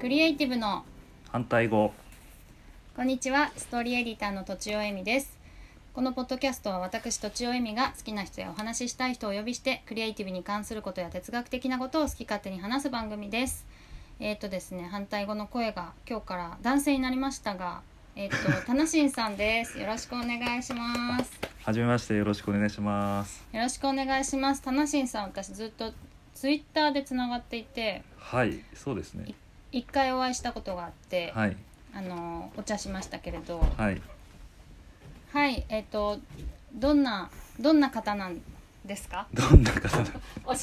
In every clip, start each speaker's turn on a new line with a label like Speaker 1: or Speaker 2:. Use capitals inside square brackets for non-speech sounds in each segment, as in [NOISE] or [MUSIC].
Speaker 1: ティブの
Speaker 2: 反対語
Speaker 1: こんにちはストーリーエディターのとちおえみですこのポッドキャストは私とちおえみが好きな人やお話ししたい人をお呼びしてクリエイティブに関することや哲学的なことを好き勝手に話す番組ですえっ、とですね反対語の声が今日から男性になりましたがえっ、と
Speaker 2: [LAUGHS]
Speaker 1: たなしんさんですよろしくお願いします
Speaker 2: はじめましてよろしくお願いします
Speaker 1: よろしくお願いしますたなしんさん私ずっとツイッターでつながっていて
Speaker 2: はいそうですね
Speaker 1: 一回お会いしたことがあって、
Speaker 2: はい
Speaker 1: あのお茶しましたけれど
Speaker 2: はい
Speaker 1: はい、えっ、とどんなどんな方なんですか？
Speaker 2: どんな方だ
Speaker 1: 教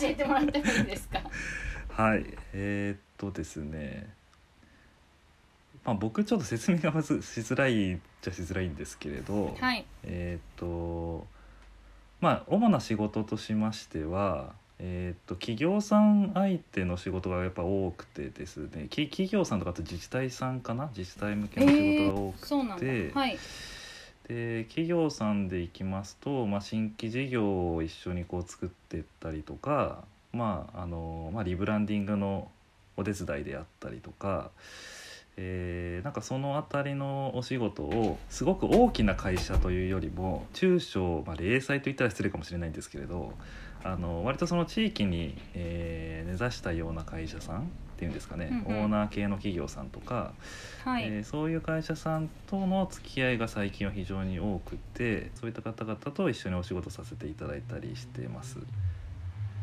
Speaker 1: えてもらってもいいですか？
Speaker 2: はいえー、っとですねまあ僕ちょっと説明がまずしづらいっちゃしづらいんですけれど、
Speaker 1: はい
Speaker 2: えー、っとまあ主な仕事としましてはえー、っと企業さん相手の仕事がやっぱ多くてですねき企業さんとかあと自治体さんかな自治体向けの仕事が多くて、
Speaker 1: そうなんだ。はい
Speaker 2: で企業さんでいきますと、まあ、新規事業を一緒にこう作ってったりとか、まああのまあ、リブランディングのお手伝いであったりとか、えーなんかその辺りのお仕事をすごく大きな会社というよりも中小、まあ、零細といったら失礼かもしれないんですけれどあの割とその地域に、えー根ざしたような会社さんっていうんですかね、
Speaker 1: うんうん
Speaker 2: オーナー系の企業さんとか、
Speaker 1: はい、
Speaker 2: えーそういう会社さんとの付き合いが最近は非常に多くてそういった方々と一緒にお仕事させていただいたりしてます。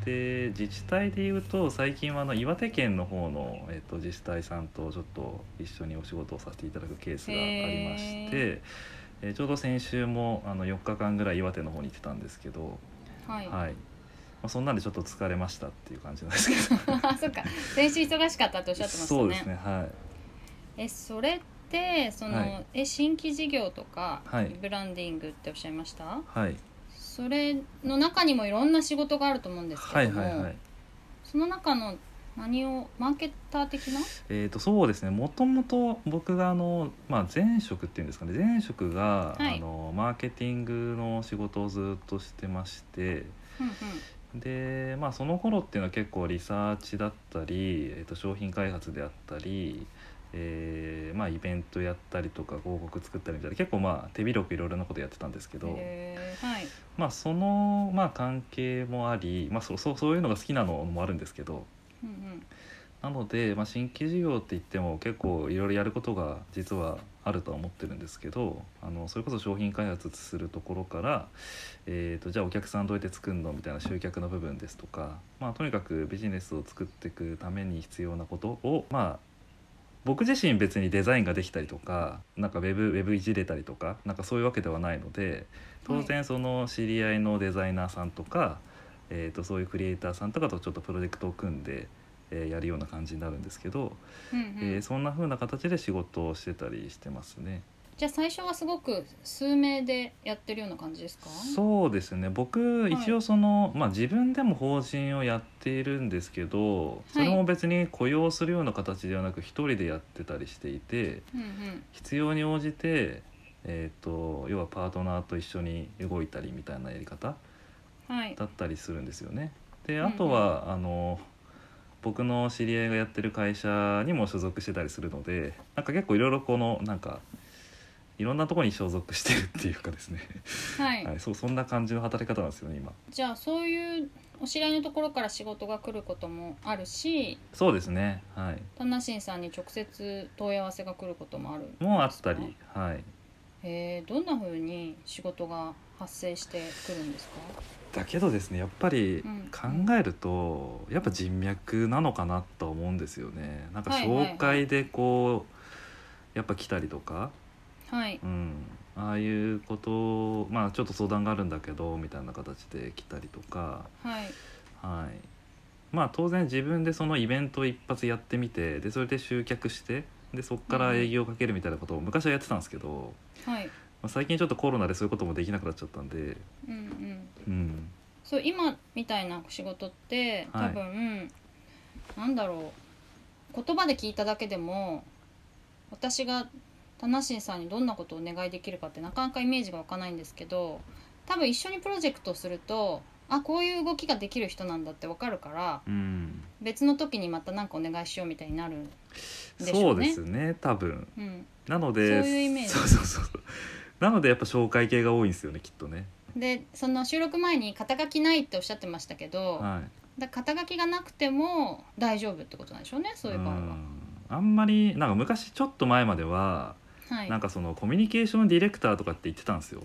Speaker 2: で自治体でいうと最近はあの岩手県の方の、えっと自治体さんとちょっと一緒にお仕事をさせていただくケースがありまし
Speaker 1: へ
Speaker 2: て、えーちょうど先週もあの4日間ぐらい岩手の方に行ってたんですけど、
Speaker 1: はい。
Speaker 2: はいまあ、そんなんでちょっと疲れましたっていう感じなんですけど
Speaker 1: あ、 [LAUGHS] そっか。先週忙しかったっておっしゃってましたね。
Speaker 2: [LAUGHS] そうですねはい
Speaker 1: え、それってその、
Speaker 2: はい
Speaker 1: え新規事業とか、
Speaker 2: はい
Speaker 1: ブランディングっておっしゃいました？
Speaker 2: はい
Speaker 1: それの中にもいろんな仕事があると思うんです
Speaker 2: は
Speaker 1: け
Speaker 2: い
Speaker 1: ども、
Speaker 2: はいはい。
Speaker 1: その中の何をマーケッター的な？
Speaker 2: えー、とそうですねもともと僕があの、まあ、前職っていうんですかね前職が、
Speaker 1: はい
Speaker 2: あのマーケティングの仕事をずっとしてまして
Speaker 1: うんうん。
Speaker 2: で、まあ、その頃っていうのは結構リサーチだったり、えー、と商品開発であったり、えーまあ、イベントやったりとか広告作ったりみたいな結構まあ手広くいろいろなことやってたんですけど。
Speaker 1: えー、はい。
Speaker 2: まあ、その、まあ、関係もあり、まあ、そうそうそういうのが好きなのもあるんですけど
Speaker 1: うんうん。
Speaker 2: なので、まあ、新規事業って言っても結構いろいろやることが実はあるとは思ってるんですけどあのそれこそ商品開発するところから、えー、とじゃあお客さんどうやって作るのみたいな集客の部分ですとか、まあ、とにかくビジネスを作っていくために必要なことをまあ僕自身別にデザインができたりとかなんかウェブウェブいじれたりとかなんかそういうわけではないので当然その知り合いのデザイナーさんとか、えー、とそういうクリエイターさんとかとちょっとプロジェクトを組んで、えーやるような感じになるんですけど、
Speaker 1: うんうん。
Speaker 2: えーそんな風な形で仕事をしてたりしてますね。
Speaker 1: じゃあ最初はすごく数名でやってるような感じですか？
Speaker 2: そうですね僕
Speaker 1: い
Speaker 2: 一応その、まあ、自分でも法人をやっているんですけどそれも別に雇用するような形ではなく一人でやってたりしていて
Speaker 1: うんうん。
Speaker 2: 必要に応じて、えー、と要はパートナーと一緒に動いたりみたいなやり方
Speaker 1: はい。
Speaker 2: だったりするんですよね。
Speaker 1: う
Speaker 2: で
Speaker 1: んう
Speaker 2: あ
Speaker 1: ん
Speaker 2: とは、あの僕の知り合いがやってる会社にも所属してたりするのでなんか結構いろいろこのなんかいろんなところに所属してるっていうかですね、
Speaker 1: はい。
Speaker 2: はい、そうそんな感じの働き方なんですよね今。
Speaker 1: じゃあそういうお知り合いのところから仕事が来ることもあるし、
Speaker 2: そうですねはい
Speaker 1: 田無さんに直接問い合わせが来ることもあるんですか。
Speaker 2: もうあったり、はい、
Speaker 1: えー、どんな風に仕事が発生してくるんですか？
Speaker 2: だけどですねやっぱり
Speaker 1: うん
Speaker 2: 考えるとやっぱ人脈なのかなと思うんですよねなんか
Speaker 1: はいはいはい
Speaker 2: 紹介でこうやっぱ来たりとか
Speaker 1: はい。
Speaker 2: うん、ああいうことをまあちょっと相談があるんだけどみたいな形で来たりとか、
Speaker 1: はい。
Speaker 2: はい、まあ当然自分でそのイベントを一発やってみてでそれで集客してでそこから営業をかけるみたいなことを昔はやってたんですけど、
Speaker 1: はい。
Speaker 2: まあ、最近ちょっとコロナでそういうこともできなくなっちゃったんで、
Speaker 1: うんうん。
Speaker 2: うん、
Speaker 1: そう今みたいな仕事って多
Speaker 2: はい
Speaker 1: 分、なんだろう言葉で聞いただけでも私が田無さんにどんなことをお願いできるかってなかなかイメージが湧かないんですけど多分一緒にプロジェクトをするとあこういう動きができる人なんだってわかるから
Speaker 2: うん、
Speaker 1: 別の時にまた何かお願いしようみたいになる、でし
Speaker 2: そ
Speaker 1: ょ
Speaker 2: う
Speaker 1: うね
Speaker 2: ですね多分
Speaker 1: うん、
Speaker 2: なので
Speaker 1: そういうイメージ
Speaker 2: そうそうそうそうなのでやっぱ紹介系が多いんですよねきっとね
Speaker 1: でその収録前に肩書きないっておっしゃってましたけど、
Speaker 2: はい
Speaker 1: だ肩書きがなくても大丈夫ってことなんでしょうねそういう場合は。
Speaker 2: うんあんまりなんか昔ちょっと前までは、
Speaker 1: はい、
Speaker 2: なん
Speaker 1: あ
Speaker 2: かそのコミュニケーションディレクターとかって言ってたんですよ。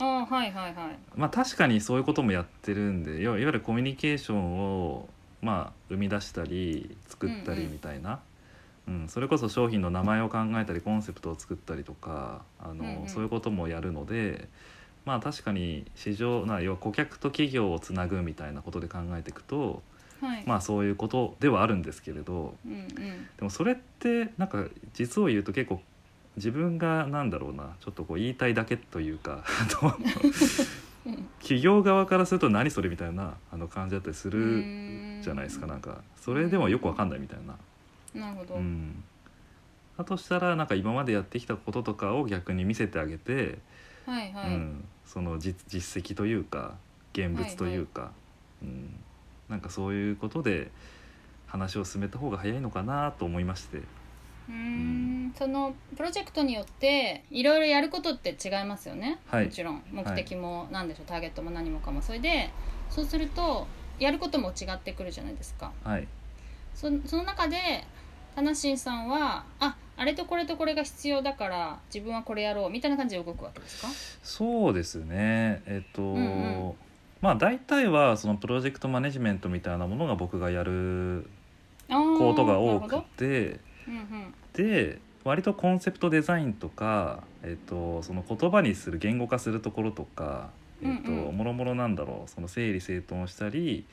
Speaker 1: あはいはいはい。
Speaker 2: まあ確かにそういうこともやってるんでいわいわゆるコミュニケーションをまあ生み出したり作った
Speaker 1: うん
Speaker 2: り
Speaker 1: うん
Speaker 2: みたいな、うんそれこそ商品の名前を考えたりコンセプトを作ったりとかあの、
Speaker 1: うんうん
Speaker 2: そういうこともやるのでまあ確かに市場な要は顧客と企業をつなぐみたいなことで考えていくと、
Speaker 1: はい、
Speaker 2: まあそういうことではあるんですけれど
Speaker 1: うんうん
Speaker 2: でもそれってなんか実を言うと結構自分がなんだろうなちょっとこう言いたいだけというか [LAUGHS] あの
Speaker 1: うん
Speaker 2: 企業側からすると何それみたいなあの感じだったりす
Speaker 1: う
Speaker 2: る
Speaker 1: ーん
Speaker 2: じゃないですかなんかそれでもよくわかんないみたいな。
Speaker 1: なるほど、
Speaker 2: うんだとしたらなんか今までやってきたこととかを逆に見せてあげて、
Speaker 1: はいはい、
Speaker 2: うん、その実実績というか現物というか、うん、なんかそういうことで話を進めた方が早いのかなと思いまして。
Speaker 1: うーんそのプロジェクトによっていろいろやることって違いますよね、
Speaker 2: はい
Speaker 1: もちろん目的も何でしょう、ターゲットも何もかもそれでそうするとやることも違ってくるじゃないですか
Speaker 2: はい、
Speaker 1: そその中で田無さんはああれとこれとこれが必要だから自分はこれやろうみたいな感じで動くわけですか
Speaker 2: そうですねえっと、
Speaker 1: んうん
Speaker 2: まあ大体はそのプロジェクトマネジメントみたいなものが僕がやるこ
Speaker 1: コ
Speaker 2: とが
Speaker 1: なる
Speaker 2: 多
Speaker 1: ほ
Speaker 2: く
Speaker 1: ど、
Speaker 2: て
Speaker 1: うんうん、
Speaker 2: で割とコンセプトデザインとか、えっと、その言葉にする言語化するところとか、えっと
Speaker 1: うんうん
Speaker 2: もろもろなんだろうその整理整頓をしたり、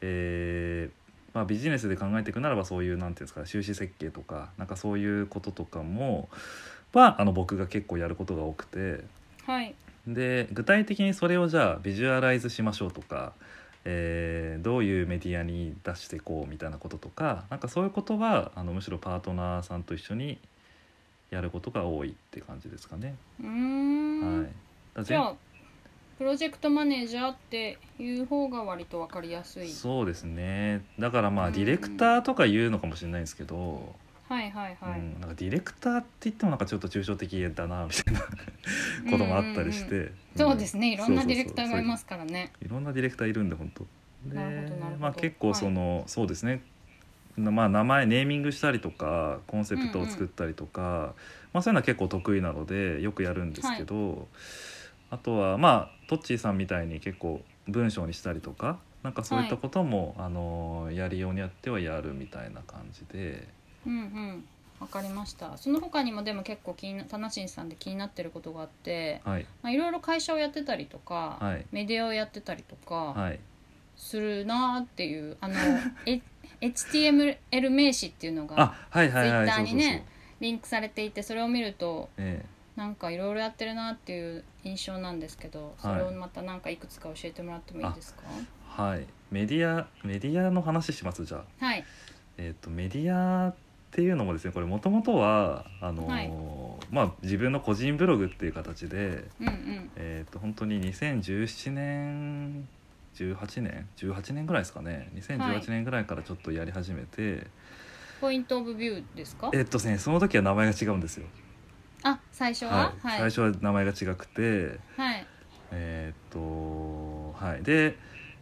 Speaker 2: えーまあ、ビジネスで考えていくならばそういうなんていうんですか収支設計とかなんかそういうこととかもはあの僕が結構やることが多くて。
Speaker 1: はい
Speaker 2: で具体的にそれをじゃあビジュアライズしましょうとか、えーどういうメディアに出していこうみたいなこととかなんかそういうことはあのむしろパートナーさんと一緒にやることが多いって感じですかね。
Speaker 1: うー
Speaker 2: は
Speaker 1: ん、
Speaker 2: い、だ
Speaker 1: じゃあプロジェクトマネージャーっていう方が割と分かりやすい
Speaker 2: そうですねだからま
Speaker 1: う
Speaker 2: あ
Speaker 1: ん
Speaker 2: ディレクターとか言うのかもしれないんですけど、
Speaker 1: はいはい
Speaker 2: うん
Speaker 1: はい、
Speaker 2: なんかディレクターって言ってもなんかちょっと抽象的だなみたいなこともあったりし
Speaker 1: うん
Speaker 2: て、
Speaker 1: うんうん
Speaker 2: ん
Speaker 1: そうですねいろんな
Speaker 2: そうそうそう
Speaker 1: ディレクターがいますからね
Speaker 2: いろんなディレクターいるんで本当で
Speaker 1: なるほどなるほど
Speaker 2: まあ結構その、そうですねなまあ名前ネーミングしたりとかコンセプトを作ったりとか、まあそういうのは結構得意なのでよくやるんですけど、あとはまあトッチーさんみたいに結構文章にしたりとかなんかそういったことも、あのやりようにやってはやるみたいな感じで
Speaker 1: うんうんわかりましたその他にもでも結構気にな田無さんで気になってることがあって、
Speaker 2: はい
Speaker 1: まあ、いろいろ会社をやってたりとか、
Speaker 2: はい
Speaker 1: メディアをやってたりとか
Speaker 2: はい
Speaker 1: するなーっていう、あのえ HTML 名詞っていうのが
Speaker 2: あはいはいはい
Speaker 1: Twitter にね
Speaker 2: そうそうそう
Speaker 1: リンクされていてそれを見ると
Speaker 2: え
Speaker 1: なんかいろいろやってるなっていう印象なんですけどそれをまたなんかいくつか教えてもらってもいいですか
Speaker 2: えはいメディアメディアの話しますじゃあ
Speaker 1: はい
Speaker 2: えー、とメディアっていうのもですねこれもともとはあのー
Speaker 1: はい
Speaker 2: まあ、自分の個人ブログっていう形で、
Speaker 1: うんうん
Speaker 2: えー、と本当に2017年18年18年ぐらいですかね
Speaker 1: はい
Speaker 2: 2018年ぐらいからちょっとやり始めて、
Speaker 1: ポイントオブビューですか
Speaker 2: えっ、とねその時は名前が違うんですよ、
Speaker 1: あ最初は
Speaker 2: はい、
Speaker 1: はい
Speaker 2: 最初は名前が違くて
Speaker 1: はい
Speaker 2: えーっとはいで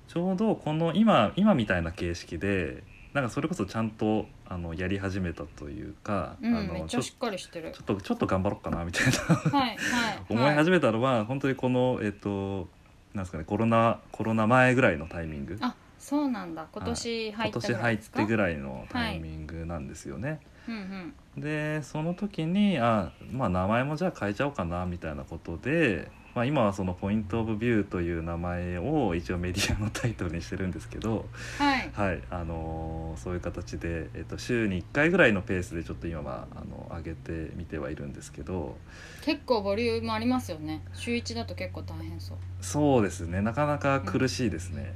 Speaker 2: ちょうどこの今今みたいな形式でなんかそれこそちゃんとあのやり始めたというか、
Speaker 1: うん
Speaker 2: あ
Speaker 1: めっ
Speaker 2: の
Speaker 1: ちゃしっかりしてる
Speaker 2: ちょっとちょっと頑張ろうかなみたいな
Speaker 1: はいはい
Speaker 2: [LAUGHS] 思い始めたのは、本当にこのえっとなんですかねコロナコロナ前ぐらいのタイミング
Speaker 1: あそうなんだ今年入
Speaker 2: 今
Speaker 1: った
Speaker 2: 年
Speaker 1: ぐら
Speaker 2: 入
Speaker 1: い
Speaker 2: っ
Speaker 1: ですか
Speaker 2: てぐらいのタイミングなんですよね。
Speaker 1: うんうん
Speaker 2: でその時にあまあ名前もじゃあ変えちゃおうかなみたいなことで、まあ、今はその「ポイント・オブ・ビュー」という名前を一応メディアのタイトルにしてるんですけど、
Speaker 1: はい
Speaker 2: はいあのーそういう形で、えっと、週に1回ぐらいのペースでちょっと今はあの上げてみてはいるんですけど
Speaker 1: 結構ボリュームありますよね週一だと結構大変そう
Speaker 2: そうですねなかなか苦しいですね。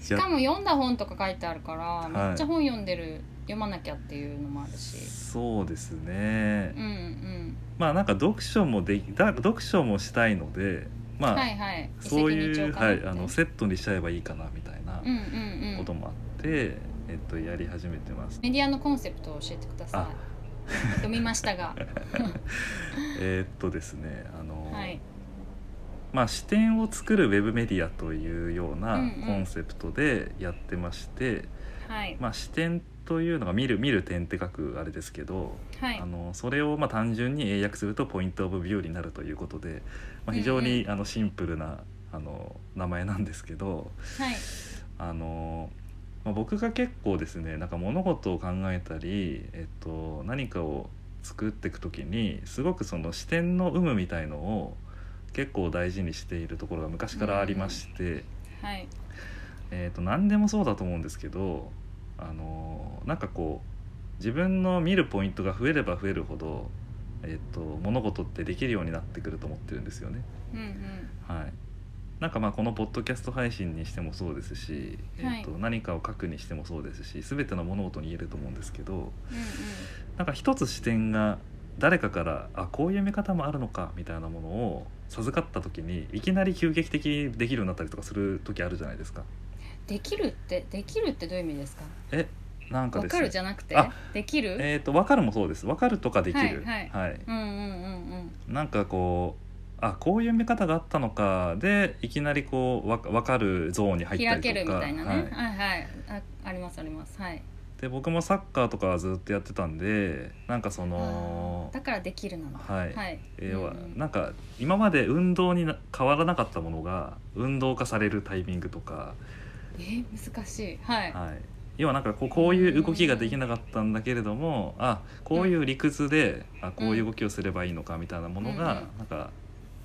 Speaker 1: しかも読んだ本とか書いてあるから、
Speaker 2: い
Speaker 1: めっちゃ本読んでる読まなきゃっていうのもあるし
Speaker 2: そうですね、
Speaker 1: うんうん
Speaker 2: まあなんか読書もできだ読書もしたいのでまあ、
Speaker 1: はいはい
Speaker 2: そういう、
Speaker 1: は
Speaker 2: はい、あのセットにしちゃえばいいかなみたいな
Speaker 1: うんうんう
Speaker 2: こ
Speaker 1: ん
Speaker 2: ともあって、えっと、やり始めてます。
Speaker 1: メディアのコンセプトを教えてくださ
Speaker 2: あ
Speaker 1: い読みました
Speaker 2: [LAUGHS]
Speaker 1: が
Speaker 2: えっとですねあの、
Speaker 1: はい
Speaker 2: まあ、視点を作るウェブメディアというような
Speaker 1: うんうん
Speaker 2: コンセプトでやってまして、
Speaker 1: はい
Speaker 2: まあ、視点というのが見る見る点って書くあれですけど、
Speaker 1: はい
Speaker 2: あのそれをまあ単純に英訳するとポイント・オブ・ビューになるということで、まあ、非常
Speaker 1: うん
Speaker 2: にあのシンプルなあの名前なんですけど
Speaker 1: はい
Speaker 2: あの、まあ、僕が結構ですねなんか物事を考えたり、えっと、何かを作っていく時にすごくその視点の有無みたいのを結構大事にしているところが昔からありまして。
Speaker 1: はい
Speaker 2: えー、と何でもそうだと思うんですけど、あのーなんかこう自分の見るポイントが増えれば増えるほど、えー、と物事ってできるようになってくると思ってるんですよね。
Speaker 1: うんうん
Speaker 2: はい、なんかまあこのポッドキャスト配信にしてもそうですし、えー、と何かを書くにしてもそうですし全ての物事に言えると思うんですけど
Speaker 1: うん
Speaker 2: なんか一つ視点が誰かからあこういう見方もあるのかみたいなものを授かった時にいきなり急激的にできるようになったりとかする時あるじゃないですか。
Speaker 1: うんできるってできるってどういう意味ですか
Speaker 2: えなんか
Speaker 1: わ
Speaker 2: です
Speaker 1: か
Speaker 2: ね
Speaker 1: るじゃなくて
Speaker 2: あ
Speaker 1: できる、
Speaker 2: えー、と分かるもそうです分かるとかできる
Speaker 1: はいうんうんうん
Speaker 2: なんかこうあこういう見方があったのかでいきなりこうわ分かるゾーンに
Speaker 1: う
Speaker 2: 入
Speaker 1: ん
Speaker 2: ったり
Speaker 1: 開
Speaker 2: とか
Speaker 1: けるみたいなね、
Speaker 2: は
Speaker 1: はいい、はいあありますありますはい
Speaker 2: で僕もサッカーとかはずっとやってたんでなんかその
Speaker 1: あーだからできるなの
Speaker 2: はい、
Speaker 1: はい、
Speaker 2: えーわ
Speaker 1: うんうん
Speaker 2: なんか今まで運動にな変わらなかったものが運動化されるタイミングとか、
Speaker 1: えー難しいはい、
Speaker 2: はい、要はなんかこうこういう動きができなかったんだけれどもあこういう理屈で、あこういう動きをすればいいのかみたいなも
Speaker 1: う
Speaker 2: のが、
Speaker 1: ん
Speaker 2: なんか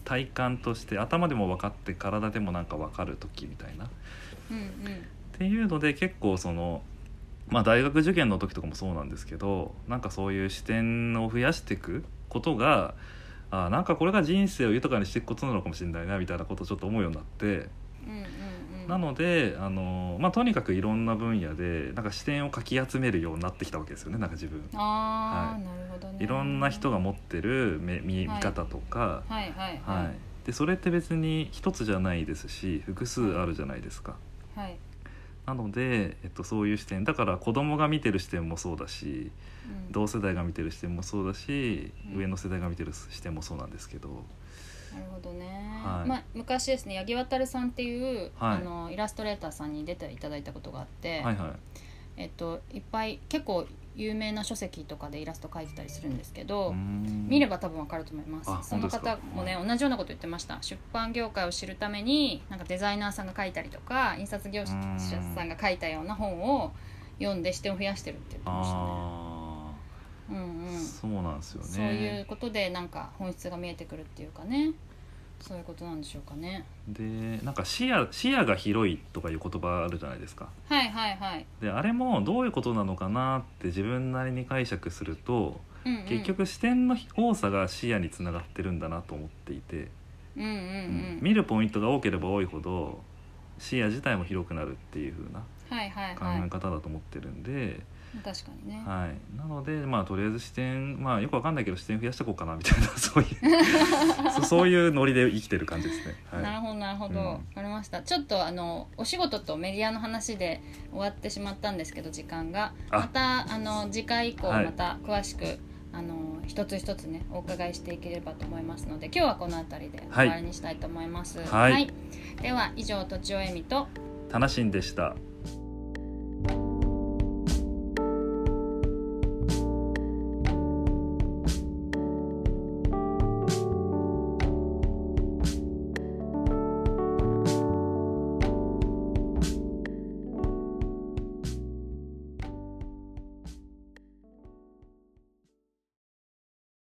Speaker 2: 体感として頭でも分かって体でもなんか分かる時みたいな。っ
Speaker 1: うんうん
Speaker 2: ていうので結構その。まあ、大学受験の時とかもそうなんですけどなんかそういう視点を増やしていくことがあなんかこれが人生を豊かにしていくことなのかもしれないなみたいなことをちょっと思うようになって
Speaker 1: うんうんうん
Speaker 2: なのであの、まあ、とにかくいろんな分野でなんか視点をかき集めるようになってきたわけですよねなんか自分
Speaker 1: ああ、
Speaker 2: は
Speaker 1: なるほどね
Speaker 2: いろんな人
Speaker 1: が
Speaker 2: が持ってる目見見
Speaker 1: はい
Speaker 2: 方とか、
Speaker 1: はいはい
Speaker 2: はいでそれって別に一つじゃないですし複数あるじゃないですか。
Speaker 1: はい、はい
Speaker 2: なので、えっと、そういう視点だから子供が見てる視点もそうだし
Speaker 1: うん、
Speaker 2: 同世代が見てる視点もそうだし、
Speaker 1: うん
Speaker 2: 上の世代が見てる視点もそうなんですけど、
Speaker 1: なるほどね、
Speaker 2: はい
Speaker 1: まあ、昔ですね八木渉さんっていう、
Speaker 2: はい
Speaker 1: あのイラストレーターさんに出ていただいたことがあって、
Speaker 2: はいはい
Speaker 1: えっと、いっぱい結構有名な書籍とかでイラスト描いてたりするんですけど、見
Speaker 2: 見
Speaker 1: れば多分わかると思いま
Speaker 2: あ
Speaker 1: すその
Speaker 2: 本当で
Speaker 1: 方
Speaker 2: すか
Speaker 1: もね同じようなこと言ってました出版業界を知るためになんかデザイナーさんが書いたりとか印刷業者さんが書いたような本を読んで視点を増やしてるって言ってましたね
Speaker 2: あ
Speaker 1: うん
Speaker 2: ー、
Speaker 1: うん
Speaker 2: そうなんですよね。
Speaker 1: そういうことでなんか本質が見えてくるっていうかねそういうことなんでしょうかね
Speaker 2: でなんか視野視野が広いとかいう言葉あるじゃないですか
Speaker 1: はいはいはい、
Speaker 2: であれもどういうことなのかなって自分なりに解釈すると
Speaker 1: うんうん、
Speaker 2: 結局視点の多さが視野につながってるんだなと思っていて、
Speaker 1: うんうんう
Speaker 2: うん
Speaker 1: ん、
Speaker 2: 見るポイントが多ければ多いほど視野自体も広くなるっていう風な
Speaker 1: はいはい
Speaker 2: 考
Speaker 1: は
Speaker 2: え方だと思ってるんで、
Speaker 1: い確かにね、
Speaker 2: はいなのでまあとりあえず視点まあよくわかんないけど視点増やしてこうかなみたいなそういう
Speaker 1: [LAUGHS]
Speaker 2: そそういうノリで生きてる感じですね。はい、
Speaker 1: なるほどなるほど、
Speaker 2: うん
Speaker 1: わかりましたちょっとあのお仕事とメディアの話で終わってしまったんですけど時間が
Speaker 2: あ
Speaker 1: またあの次回以降
Speaker 2: はい
Speaker 1: また詳しく、あの一つ一つねお伺いしていければと思いますので今日はこの辺りで終わりにしたいと思います、
Speaker 2: はい
Speaker 1: では以上とちおえみと
Speaker 2: タナシンでした